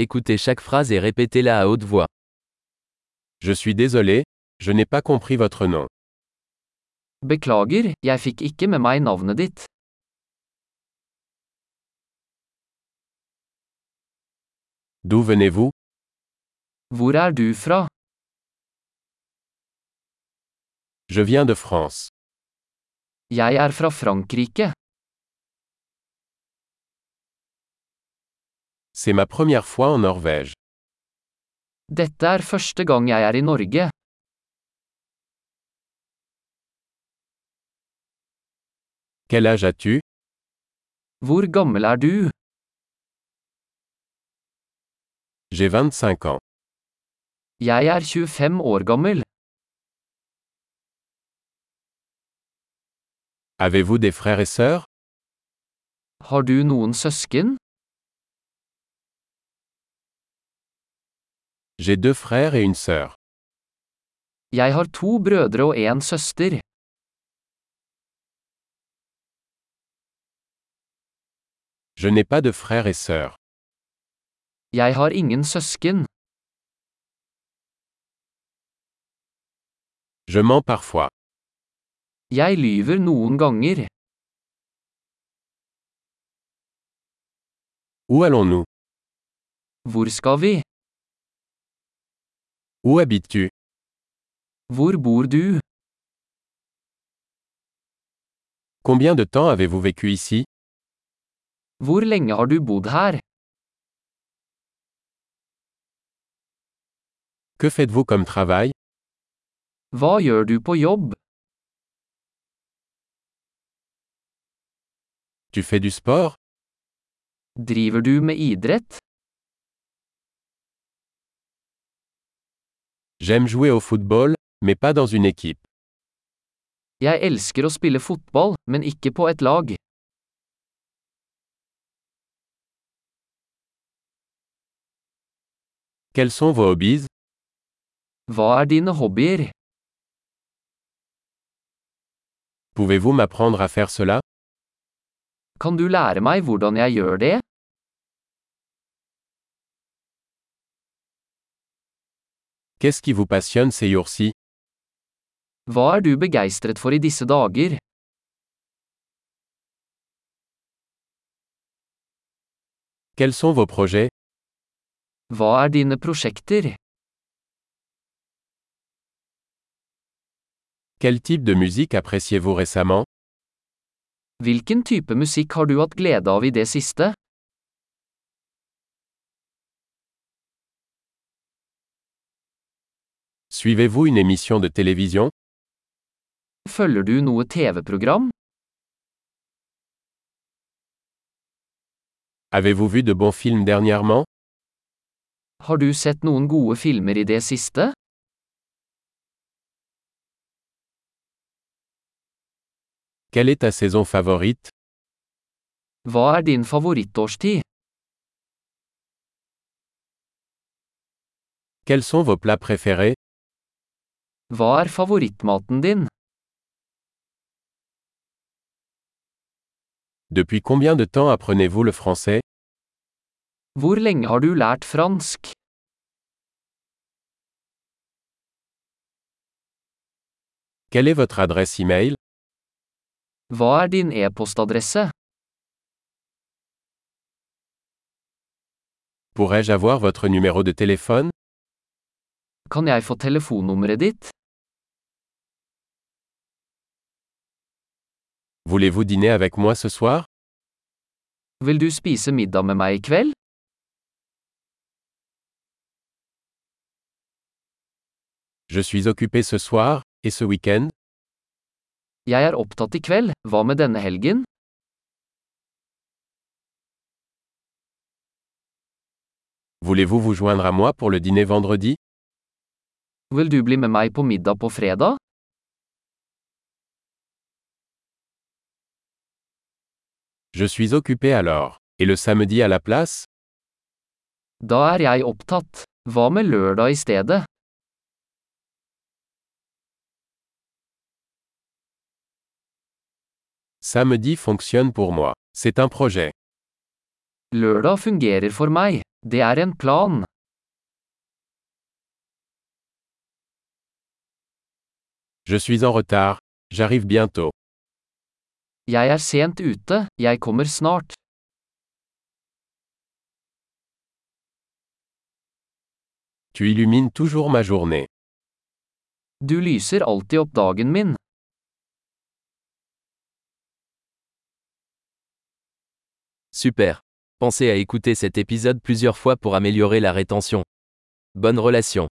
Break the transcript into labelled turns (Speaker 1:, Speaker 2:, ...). Speaker 1: Écoutez chaque phrase et répétez-la à haute voix.
Speaker 2: Je suis désolé, je n'ai pas compris votre nom.
Speaker 3: Beklager, jeg fikk ikke med meg navnet ditt.
Speaker 2: D'où venez-vous
Speaker 3: Hvor er du fra?
Speaker 2: Je viens de France.
Speaker 3: Jeg er fra Frankrike.
Speaker 2: C'est ma première fois en Norvège.
Speaker 3: Dette er første gang jeg er i Norge.
Speaker 2: Quel âge as-tu
Speaker 3: Hvor gammel er du?
Speaker 2: J'ai 25 ans.
Speaker 3: Jeg er 25 år gammel.
Speaker 2: Avez-vous des frères et sœurs
Speaker 3: Har du noen søsken?
Speaker 2: J'ai deux frères et une sœur.
Speaker 3: Jeg har to brødre og en søster.
Speaker 2: Je n'ai pas de frères et sœurs.
Speaker 3: Jeg har ingen søsken.
Speaker 2: Je mens parfois.
Speaker 3: Jeg lyver noen ganger.
Speaker 2: Où allons-nous
Speaker 3: Hvor skal vi?
Speaker 2: Où habites-tu
Speaker 3: Hvor bor du?
Speaker 2: Combien de temps avez-vous vécu ici
Speaker 3: Hvor lenge har du bodd her?
Speaker 2: Que faites-vous comme travail
Speaker 3: Hva gjør du på jobb?
Speaker 2: Tu fais du sport
Speaker 3: Driver du med idrett?
Speaker 2: J'aime jouer au football, mais pas dans une équipe.
Speaker 3: Jeg elsker å spille fotball, men ikke på et lag.
Speaker 2: Quels sont vos hobbies
Speaker 3: Hva er dine hobbyer?
Speaker 2: Pouvez-vous m'apprendre à faire cela
Speaker 3: Kan du lære meg hvordan jeg gjør det?
Speaker 2: Qu'est-ce qui vous passionne ces jours-ci
Speaker 3: Hva er du begeistret for i disse dager?
Speaker 2: Quels sont vos projets
Speaker 3: Hva er dine prosjekter?
Speaker 2: Quel type de musique appréciez-vous récemment
Speaker 3: Hvilken type musikk har du hatt glede av i det siste?
Speaker 2: Suivez-vous une émission de télévision
Speaker 3: Følger du noe TV-program?
Speaker 2: Avez-vous vu de bons films dernièrement
Speaker 3: Har du sett noen gode filmer i det siste?
Speaker 2: Quelle est ta saison favorite
Speaker 3: Hva er din favorittårstid?
Speaker 2: Quels sont vos plats préférés
Speaker 3: Hva er favorittmaten din?
Speaker 2: Depuis combien de temps apprenez-vous le français
Speaker 3: Hvor lenge har du lært fransk?
Speaker 2: Quelle est votre adresse e-mail
Speaker 3: Hva er din e-postadresse?
Speaker 2: Pourrais-je avoir votre numéro de téléphone
Speaker 3: Kan jeg få telefonnummeret ditt?
Speaker 2: Voulez-vous dîner avec moi ce soir
Speaker 3: Vil du spise middag med meg i kveld?
Speaker 2: Je suis occupé ce soir et ce week-end.
Speaker 3: Jeg er opptatt i kveld, hva med denne helgen?
Speaker 2: Voulez-vous vous joindre à moi pour le dîner vendredi
Speaker 3: Vil du bli med meg på middag på fredag?
Speaker 2: Je suis occupé alors. Et le samedi à la place
Speaker 3: Da er jeg opptatt. Hva med lørdag i stedet?
Speaker 2: Samedi fonctionne pour moi. C'est un projet.
Speaker 3: Lørdag fungerer for meg. Det er en plan.
Speaker 2: Je suis en retard. J'arrive bientôt.
Speaker 3: Jeg er sent ute, jeg kommer snart.
Speaker 2: Tu illumines toujours ma journée.
Speaker 3: Du lyser alltid opp dagen min.
Speaker 1: Super. Pensez à écouter cet épisode plusieurs fois pour améliorer la rétention. Bonne relation.